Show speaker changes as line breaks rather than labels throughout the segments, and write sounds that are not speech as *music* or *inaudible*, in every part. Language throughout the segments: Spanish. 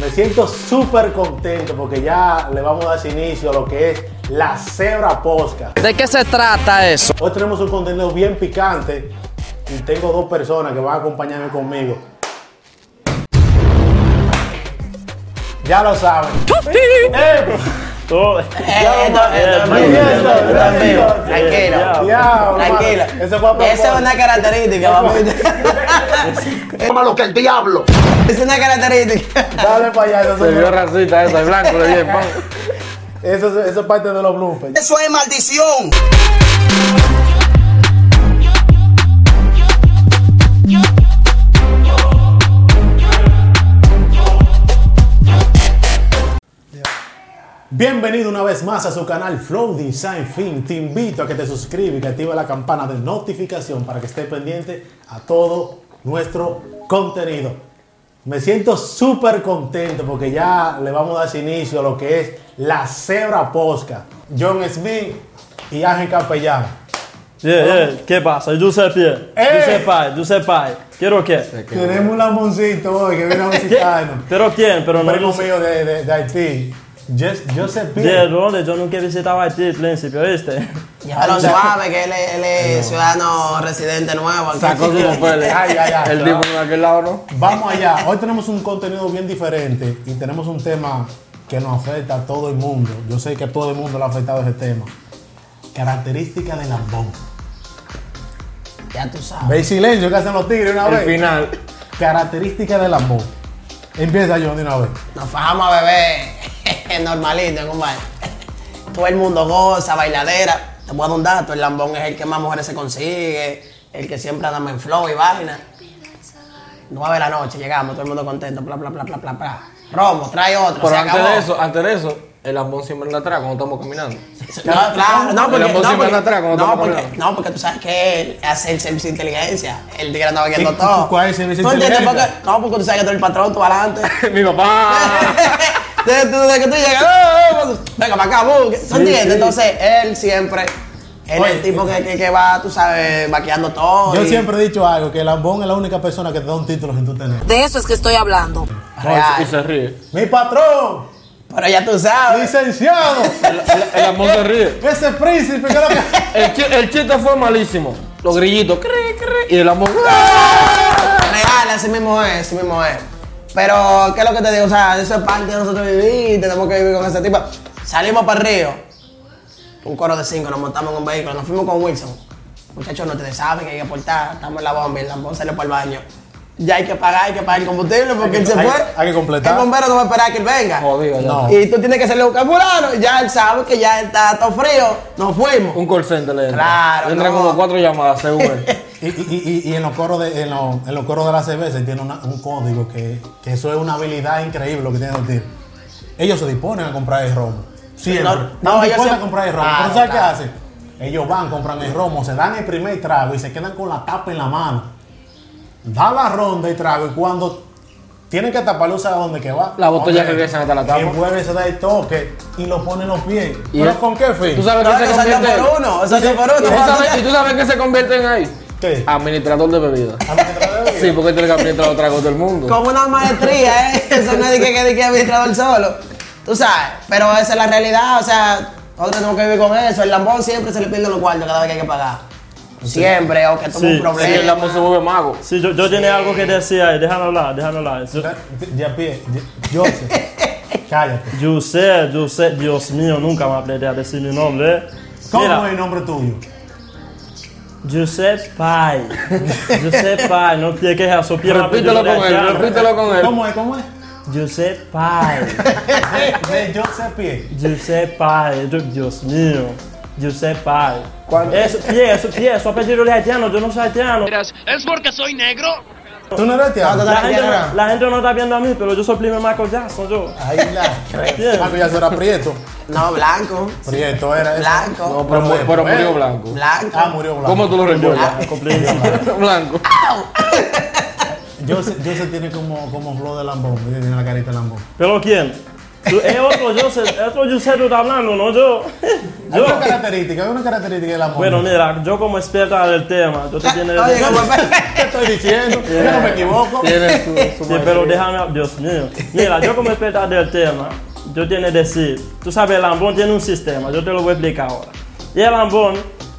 me siento súper contento porque ya le vamos a dar inicio a lo que es la Cebra Posca.
¿De qué se trata eso?
Hoy tenemos un contenido bien picante y tengo dos personas que van a acompañarme conmigo. Ya lo saben. ¡Eh!
Todo-
Eh, esto- esto es
Muy
mío,
bien,
esto es mío.
bien,
Tranquilo.
Diablo, mano.
Tranquilo.
Eso fue a propósito.
Esa es una característica, vamos.
lo que el diablo.
es una característica.
Dale para allá. Eso,
Se vio
es-
racista eso, el blanco
*laughs*
de bien, vamos.
eso es, eso es parte de los bloopers.
Eso es maldición.
Bienvenido una vez más a su canal Flow Design Film. Te invito a que te suscribas y que activa la campana de notificación para que esté pendiente a todo nuestro contenido. Me siento súper contento porque ya le vamos a dar inicio a lo que es la Cebra Posca. John Smith y Ángel Capellán.
Yeah, yeah. ¿Qué pasa? Giuseppe.
Eh.
Giuseppe, Giuseppe. ¿Quiero qué?
Tenemos un lamoncito hoy que viene *laughs* a
¿Qué?
visitarnos.
¿Pero quién? Pero
Un
no
primo
Giuseppe.
mío de, de, de Haití. Jess- Joseph
Yeah,
Pierre.
¿dónde? Yo nunca visitaba Haití al principio, ¿viste?
Ya lo suave, que él es, él es ciudadano residente nuevo. aquí.
Sacó como pele.
Ay, ay, ay.
El tipo en aquel lado, ¿no?
Vamos allá. Hoy tenemos un contenido bien diferente y tenemos un tema que nos afecta a todo el mundo. Yo sé que a todo el mundo le ha afectado ese tema. Característica del lambón.
Ya tú sabes.
Ve el silencio que hacen los tigres una
El
vez.
final.
Característica del lambón. Empieza yo de una vez.
Nos fajamos a beber. *laughs* Normalito, compadre. *laughs* Todo el mundo goza, bailadera. Te puedo dar un dato, el lambón es el que más mujeres se consigue, el que siempre anda en flow y vaina. 9 de la noche, llegamos, todo el mundo contento, bla, bla, bla, bla, bla, bla. Romo, trae otro,
Pero
se
antes
acabó.
de eso, antes de eso, el ambón siempre anda atrás cuando
*laughs*
estamos caminando.
No, claro, no, porque,
La
no,
música
porque-
anda atrás cuando
no,
estamos
porque,
hablando.
no, porque tú sabes que él hace el servicio de inteligencia. El tigre andaba
¿Y
viendo
cu-
todo.
cuál es el servicio
¿Tú
de
entiendes?
inteligencia?
Porque- no, porque tú sabes que tú eres el patrón, tú adelante.
Mi *laughs* papá.
Ah.
*laughs* desde, tú- desde que tú llegas, "Eh, vamos, venga para acá, bu", ¿tú entiendes? Entonces, él siempre, él es
Oye,
el tipo que, que, que va, tú sabes, vaqueando todo.
Yo
y-
siempre he dicho algo, que el lambón es la única persona que te da un título sin tú tener.
De eso es que estoy hablando.
real.
Y se ríe.
Mi patrón,
Pero ya tú sabes.
licenciado,
El ambón se ríe.
ese príncipe, que es lo que...
El, chi- el chiste fue malísimo. Los grillitos. cri, cri, y el ¡ah! ambón.
Real, así mismo es, así mismo es. Pero, ¿qué es lo que te digo? O sea, eso es parte de nosotros vivir, tenemos que vivir con ese tipo. Salimos para el río, un coro de cinco, nos montamos en un vehículo, nos fuimos con Wilson. Muchachos, no te saben que hay que aportar, estamos en la bomba y el lambón salió para el baño. Ya hay que pagar, hay que pagar el combustible porque él se
hay-
fue.
hay que completar.
El bombero no va a esperar que él venga.
Jodido, ya.
No.
Y tú tienes que hacerle buscar a fulano, ya él sabe que ya está todo frío, nos fuimos.
Un call center le entra.
Claro,
Le entran
no.
como cuatro llamadas, seguro.
Y, y- y- y en los coros de, en los, en los coros de la cerveza tiene una- un código que, que eso es una habilidad increíble lo que tienen los tigres. Ellos se disponen a comprar el romo. Siempre.
No,
No,
no,
se disponen
ellos
a
siempre-
comprar el romo.
Claro,
Pero ¿sabes
claro.
qué hacen? Ellos van, compran el romo, se dan el primer trago y se quedan con la tapa en la mano. Da la ronda y trago y cuando tienen que taparlo, ¿sabes a dónde que va?
La botella
Ok.
regresan hasta la tapa.
Y vuelve, se da el toque y lo ponen los pies.
Y
¿Pero
es-
con qué fin?
¿Tú sabes
No,
qué se
eso salió
convierte?
por uno, eso salió por uno.
¿Y tú sabes- ¿Y tú sabes qué se convierten ahí?
¿Qué?
Ah. Administrador de bebidas.
Administrador de
Sí, porque él tiene que administrar los tragos del mundo.
Como una maestría,
*laughs*
¿eh? Eso no es de que, que, de que administrador solo. Tú sabes, pero esa es la realidad, o sea, nosotros tenemos que vivir con eso. El lambón siempre se le pierde los cuartos cada vez que hay que pagar. Siempre, o que tuvo
Sí,
un
Sí, el
problema.
amor se vuelve mago.
Sí, yo, yo tenía algo que decir ahí. Déjalo hablar, déjalo hablar. Yo-
Ya pie, ya- Joseph, cállate.
Giuseppe, Giuseppe, Dios mío, nunca me aprendí a decir mi nombre. eh.
¿Cómo
Mira,
es el nombre tuyo?
Giuseppe. Giuseppe, no te quejas, su pierna
Repítelo
pero yo
con
le
él,
llamo.
repítelo con él.
¿Cómo es? ¿Cómo es?
Giuseppe.
De Joseph Pie.
Giuseppe, yo- Dios mío. Giuseppe. Eso, pie, eso, pie, su apellido es haitiano, yo no soy haitiano.
¿Es porque soy negro?
¿Tú no eres
No,
teatro?
no,
La
Ahí
gente,
era.
la gente no está viendo a mí, pero yo soy primo de Michael Jackson, yo.
Ahí la creo. Ah, pues ya eso era Prieto.
No, blanco.
Prieto era eso.
Blanco.
No, pero, mu- pero murió blanco.
Blanco.
Ah, murió blanco.
¿Cómo tú lo recuerdas? *laughs* Blanco.
Joseph, Joseph tiene como, como flow de lambón. Tiene la carita de lambón.
*laughs* ¿Pero quién? Tú- Es otro Joseph, es otro Joseph que está hablando, no yo.
Hay
Yo.
una característica, hay una característica de la mujer.
Bueno, mira, yo como experta del tema, yo te tiene.
Oye,
Sí,
como-
¿Qué estoy
*laughs*
diciendo? Yo no me equivoco.
Tiene su, su
pero
maestría.
déjame, hab- Dios mío. Mira, yo como experta del tema, yo tiene que decir, tú sabes, el lambón tiene un sistema, yo te lo voy a explicar ahora. Y el lambón,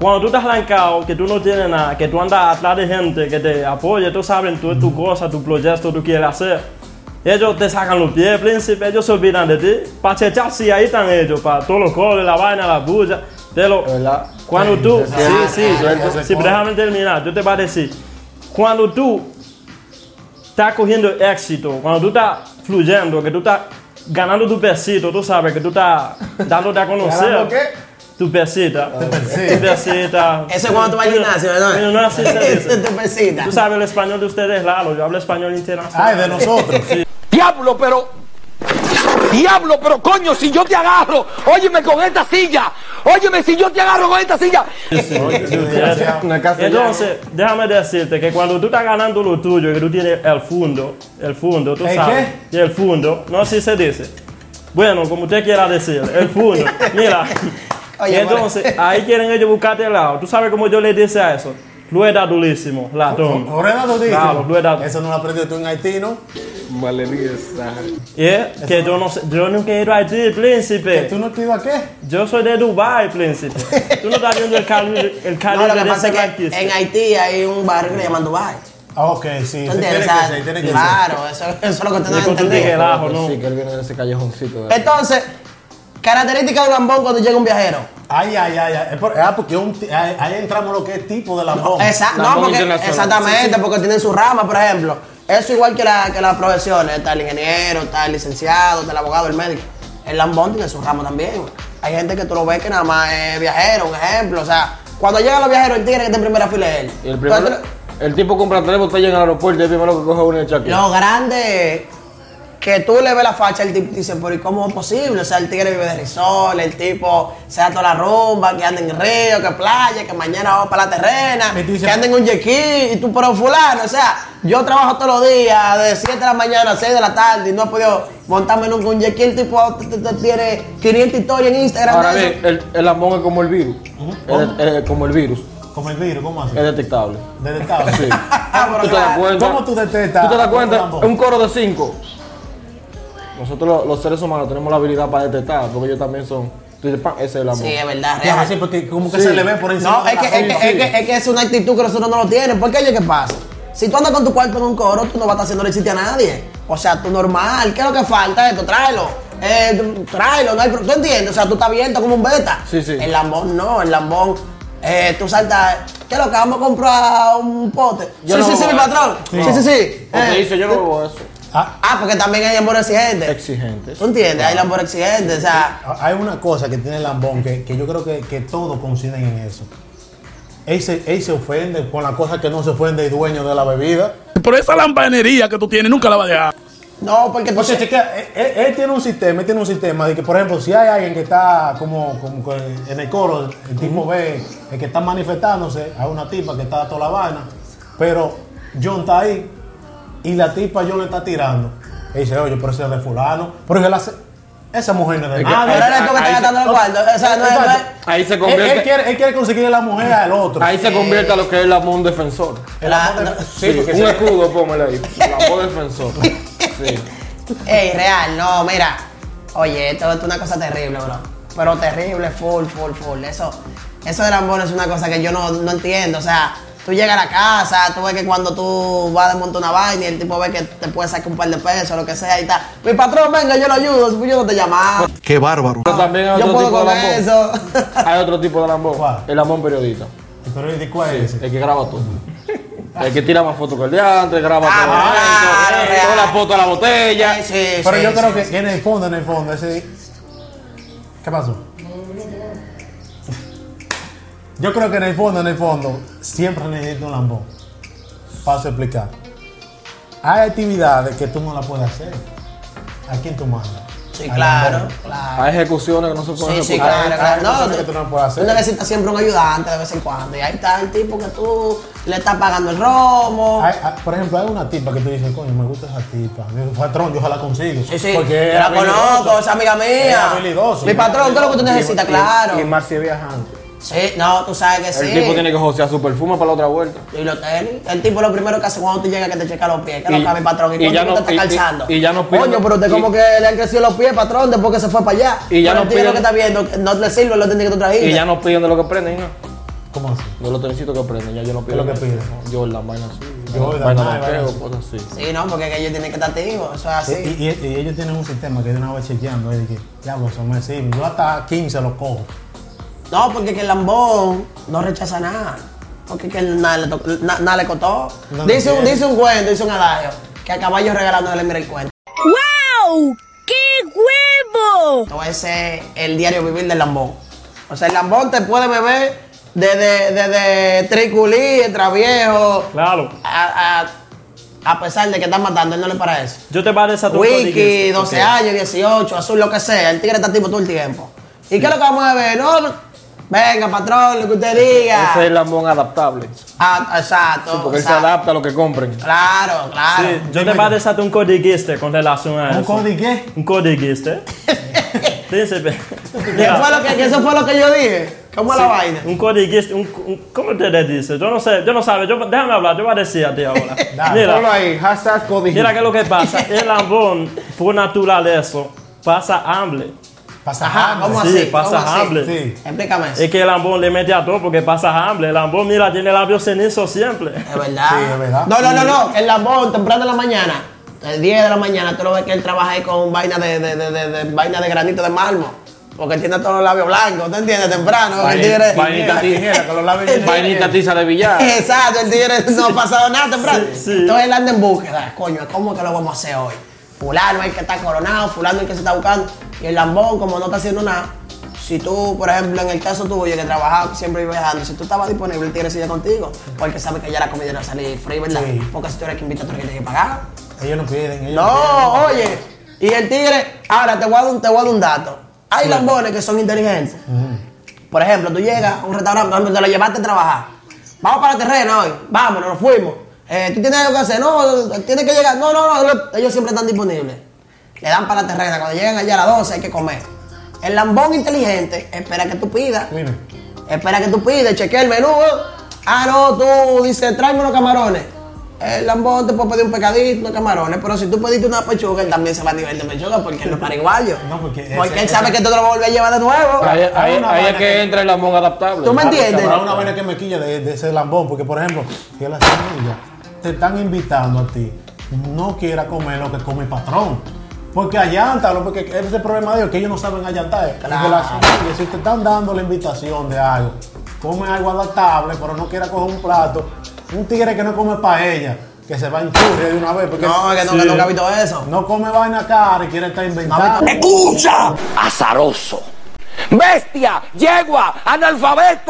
cuando tú estás arrancado, que tú no tienes nada, que tú andas atrás de gente que te apoye, tú sabes, en tu, tu cosa, tu proyecto, tú quieres hacer. Ellos te sacan los pies, príncipe, ellos se olvidan de ti. Para chechar, sí, ahí están ellos, para todos los coles, la vaina, la bulla. Te lo,
¿Verdad?
Cuando tú, sí,
Ah,
sí,
ah,
sí,
entonces,
sí, pero déjame terminar, yo te voy a decir, cuando tú estás cogiendo éxito, cuando tú estás fluyendo, que tú estás ganando tu pesito, tú sabes que tú estás dándote a conocer.
¿Ganando qué?
Tu pesita.
sí.
Tu pesita.
*laughs* Eso es cuando tú vas al gimnasio,
Mira,
¿verdad?
no
*laughs*
es así se dice.
Te pesita.
Tú sabes el español de ustedes, Lalo, yo hablo español internacional.
Ay, de nosotros.
Diablo, pero. Diablo, pero coño, si yo te agarro, óyeme con esta silla, óyeme si yo te agarro con esta silla,
Una casa
Entonces, déjame decirte que cuando tú estás ganando lo tuyo, que tú tienes el fondo, el fondo, tú
¿El
sabes. El fondo, no sé si se dice. Bueno, como usted quiera decir, el
*laughs*
fondo. Mira.
Oye,
Y entonces, ahí quieren ellos buscarte el lado. ¿Tú sabes cómo yo le dice a eso? Rueda durísimo, la
Oh,
toma.
Morena lo dice.
Claro, tú eras-
Eso no lo aprendiste tú en Haití, ¿no?
Valeria Sar.
Y es que yo no sé, yo nunca he ido a Haití, príncipe.
¿Tú no te ibas a qué?
Yo soy de Dubai, príncipe.
*laughs*
Tú no estás viendo el calibre, el
No,
calibre
lo que
de
pasa
ese
es que
artista.
en Haití hay un barrio que le llaman Dubai.
Ah, ok, sí.
¿Tú
sí, Tiene que
entiendes? O sea,
ser, tiene que ser.
claro, eso, eso es lo que ustedes no
Es con tu
entendieron.
tijerajo, ¿no?
Sí, que él viene de ese callejoncito. De...
Entonces, característica de un lambón cuando llega un viajero.
Ay, ay, ay, ay. Es por- ah, porque un ti- ahí, ahí entramos lo que es tipo de la bomba.
Esa- no,
Lambón
porque-
internacional.
exactamente, porque tienen su rama, por ejemplo. Eso igual que, la, que las profesiones. Está el ingeniero, está el licenciado, está el abogado, el médico. El lambón tiene su rama también. Hay gente que tú lo ves que nada más es viajero, un ejemplo. O sea, cuando llegan los viajeros, el tigre que está en primera fila es él.
Y el
Cuando
primero.
tú-
El tipo compra tres botellas en el aeropuerto y el primero que coge uno es el Chucky.
Lo grande es que tú le ves la facha, el tipo dice, pero ¿y cómo es posible? O sea, el tigre vive de risol, el tipo se da toda la rumba, que anda en río, que playa, que mañana va para la terrena,
Y tú dices,
que anda en un yequí, y tú, pero fulano, o sea, yo trabajo todos los días, de 7 de la mañana a 6 de la tarde, y no he podido montarme nunca un yequí, el tipo t- t- tiene 500 historias en Instagram.
Ahora
de eso.
bien, el, el lambón es como el virus. Es de- es como el virus.
Como el virus, ¿cómo así?
Es
Eh,
detectable.
Detectable.
Sí.
*laughs* Ah, pero
¿Tú te
claro.
das cuenta?
¿Cómo tú detectas?
¿Tú te das
un
cuenta? Es
lambón?
un coro de cinco. Nosotros los, los seres humanos tenemos la habilidad para detectar, porque ellos también son. Tú dices, "Pam, ese es el amor.
Sí, es verdad,
*laughs* Ya,
real.
así, porque como que
Sí.
se le ve por encima.
No,
de
es
la
que, es,
sombra.
que, es, que, es que es una actitud que nosotros no lo tienen. Porque oye, ¿qué pasa? Si tú andas con tu cuarto en un coro, tú no vas a estar haciéndole chiste a nadie. O sea, tú normal. ¿Qué es lo que falta? Esto, tráelo. Eh, tráelo. No hay, pro- ¿Tú entiendes? O sea, tú estás abierto como un beta.
Sí, sí.
El lambón no, el lambón. eh, tú saltas. ¿Qué es lo que vamos a comprar un pote?
Yo
sí,
no
sí, sí,
hago
mi
eso.
patrón. Sí, sí, sí.
O te
Eh,
dice, yo no hago eso.
Ah,
Ah, porque también hay amor exigente.
Exigentes.
¿Tú entiendes? Hay lambón exigente. O sea,
hay una cosa que tiene el lambón que, que yo creo que, que todos coinciden en eso. Él se, él se ofende con la cosa que no se ofende el dueño de la bebida.
Pero esa lampanería que tú tienes nunca la vas a dejar.
no, porque tú.
Porque chequea, él, él- él tiene un sistema, él tiene un sistema de que, por ejemplo, si hay alguien que está como, como que en el coro, el tipo ve el que está manifestándose, hay una tipa que está a toda la vaina, pero John está ahí y la tipa John le está tirando. Y dice, oye, pero ese es de fulano. Pero él hace, esa mujer no es de
que-
nadie.
Ah, Pero eres tú que estás gastando el cuarto. O sea, no es. no es-
Ahí
Él,
se
él
convierte,
quiere, él quiere conseguirle la mujer al otro.
ahí se convierte a lo que es el lambón defensor.
El amor de-
La-
sí,
Sí,
porque
un
se-
escudo, pómelo ahí. Lambón defensor. Sí.
Ey, real, no, mira. Oye, esto, esto es una cosa terrible, bro. Pero terrible, full, full, full. Eso, eso de lambón es una cosa que yo no, no entiendo. O sea, tú llegas a la casa, tú ves que cuando tú vas a desmontar una vaina y el tipo ve que te puede sacar un par de pesos, lo que sea, y tal. Mi patrón, venga, yo lo ayudo, si yo no te llamaba.
Pero también hay
Yo
otro
puedo
tipo
con
de lambón.
eso.
Hay otro tipo de lambón.
¿Cuál?
El lambón periodista.
Pero ¿y cuál es ese?
El que graba todo. El que tira más fotos que el diantre, graba
Ah,
todo.
claro,
Ay, no, Toda
real.
la foto a la botella.
*laughs* Sí, sí,
Pero
sí,
yo
sí.
creo que en el fondo, en el fondo, ese. ¿Qué pasó? Yo creo que en el fondo, en el fondo, siempre necesito un lambón. Paso a explicar. Hay actividades que tú no las puedes hacer. ¿A quién tú mandas?
Sí,
Al
claro,
lambón.
claro.
Hay ejecuciones que no se pueden
Sí, sí,
ejecutar.
claro,
hay
claro. No,
cosas que tú no puedes hacer.
tú necesitas siempre un ayudante de vez en cuando. Y ahí está el tipo que tú le estás pagando el romo.
Hay- hay- por ejemplo, hay una tipa que tú dices, coño, me gusta esa tipa. Mi patrón, yo la consigo.
Sí, sí.
Porque
Yo
es
la
habilidoso.
conozco, esa amiga
Es
mía.
habilidoso.
Mi patrón, ¿qué es lo que tú necesitas? Claro.
Y, y más si es viajante.
Sí, no, tú sabes que sí.
El tipo tiene que josear su perfume para la otra vuelta.
Y los tenis. El tipo lo primero que hace cuando tú llegas es que te checa los pies. Que
Y-
lo cabe, patrón.
y
Y,
ya
ya
no-
te
y- y-
está calzando.
y ya no piden-
Coño, pero usted
y-
como que le han crecido los pies, patrón, después que se fue para allá.
Y ya
Pero
no
el tigre
piden-
lo que está viendo, que no le sirve los tenis que tú trajiste.
Y ya no piden de lo que prenden, ¿no?
¿Cómo así?
De los tenisitos que prenden, ya yo no
¿Qué es
pido.
lo que pide?
Yo la vaina azul.
Jordan,
vaina
ah,
de
vaina
pego,
azul.
cosas así.
Sí, no, porque es que ellos tienen que estar activos. Eso es
Y,
así.
y- y ellos tienen un sistema que de una vez chequeando, es de que, diablo, eso me sirve. Yo hasta 15 lo cojo.
No, porque que el lambón no rechaza nada. Porque que él nada le, to- na- nada le costó.
No
dice, un,
entiendo.
dice un cuento, dice un adagio, que a caballo regalándole mira el cuento.
¡Wow! ¡Qué huevo!
No, ese es eh, el diario vivir del lambón. O sea, el lambón te puede beber desde, desde Triculí, el Traviejo,
Claro.
a, a- a pesar de que están matando, él no le para eso.
Yo te paré esa
Wiki, 12 años, 18, azul, lo que sea. El tigre está tipo todo el tiempo. ¿Y qué es lo que vamos a beber? No, venga, patrón, lo que usted diga.
Ese es el lambón adaptable. Sí,
Ah, exacto.
porque él se
exacto.
adapta a lo que compren.
Claro, claro.
Sí, yo te paré esa un codiguiste con relación a
¿Un
eso.
código?
Un codiguiste. Príncipe.
¿Qué fue lo que, que eso fue lo que yo dije? ¿Cómo la vaina?
Un codiguiste, un, un- ¿cómo te le dice? Yo no sé, yo no sabe, yo, déjame hablar, yo voy a decir a ti ahora. Mira,
Ponlo ahí, hashtag código.
Mira qué es lo que pasa. El lambón, por naturaleza, pasa hambre.
Pasa
Ajá,
Ah,
hambre.
¿cómo
Sí,
así?
pasa
¿Cómo así?
hambre.
Sí.
Explícame eso.
Es que el lambón le mete a todo porque pasa hambre. El lambón, mira, tiene labios cenizos siempre.
Es verdad.
Sí, es verdad.
No, no, no, no. El lambón, temprano en la mañana. El 10 de la mañana, tú lo ves que él trabaja ahí con vaina de, de, de, de- de- vaina de granito de mármol. Porque él tiene todos los labios blancos, ¿te entiendes? Temprano. porque el
Vaini-
tigre-
vainita tijera, que
*laughs*
los labios
El tigre-
Vainita tiza de billar.
eh, *laughs* Exacto, el tigre no ha pasado nada temprano.
Sí, sí.
Entonces él anda en búsqueda. Coño, ¿cómo que lo vamos a hacer hoy? Fulano es el que está coronado, fulano es el que se está buscando. Y el lambón, como no está haciendo nada, si tú, por ejemplo, en el caso tuyo que trabajaba siempre iba viajando, si tú estabas disponible, el tigre sigue contigo. Porque sabe que ya la comida no sale free, ¿verdad?
Sí.
Porque si tú eres que invita, tú eres que tienes que pagar.
Ellos no piden. Ellos
No,
piden.
oye. Y el tigre, ahora te voy a dar un, te voy a dar un dato. Hay lambones que son inteligentes. Por ejemplo, tú llegas a un restaurante, por ejemplo, te lo llevaste a trabajar. Vamos para el terreno hoy. Vámonos, nos fuimos. Eh, tú tienes algo que hacer. No, tienes que llegar. No, no, no. lo- Ellos siempre están disponibles. Le dan para la terrena. Cuando llegan allá a las 12 hay que comer. El lambón inteligente espera que tú pidas.
Mira.
Espera que tú pides, chequea el menú. Ah, no, tú dices, tráeme unos camarones. El lambón te puede pedir un pecadito, unos camarones, pero si tú pediste una pechuga, él también se va a nivel de pechuga
*laughs*
porque él no es paraguayo.
No, porque ese-
él
ese-
sabe que tú te lo vas a volver a llevar de nuevo.
Ahí, ahí-
una
ahí es
vaina
que
que-
entra el lambón adaptable.
¿Tú me entiendes?
Pero hay Ah, pues, una vaina que me quilla de, de ese lambón, porque por ejemplo, si a la semilla te están invitando a ti, no quiera comer lo que come el patrón. Porque allántalos, porque ese es el problema de ellos, que ellos no saben allantar. Y que la semilla, si te están dando la invitación de algo, come algo adaptable, pero no quiera coger un plato, un tigre que no come paella, que se va en churria de una vez, porque
No, es que nunca, nunca he visto eso.
no come vaina cara y quiere estar inventando.
¡Escucha! Azaroso. Bestia, yegua, analfabeto.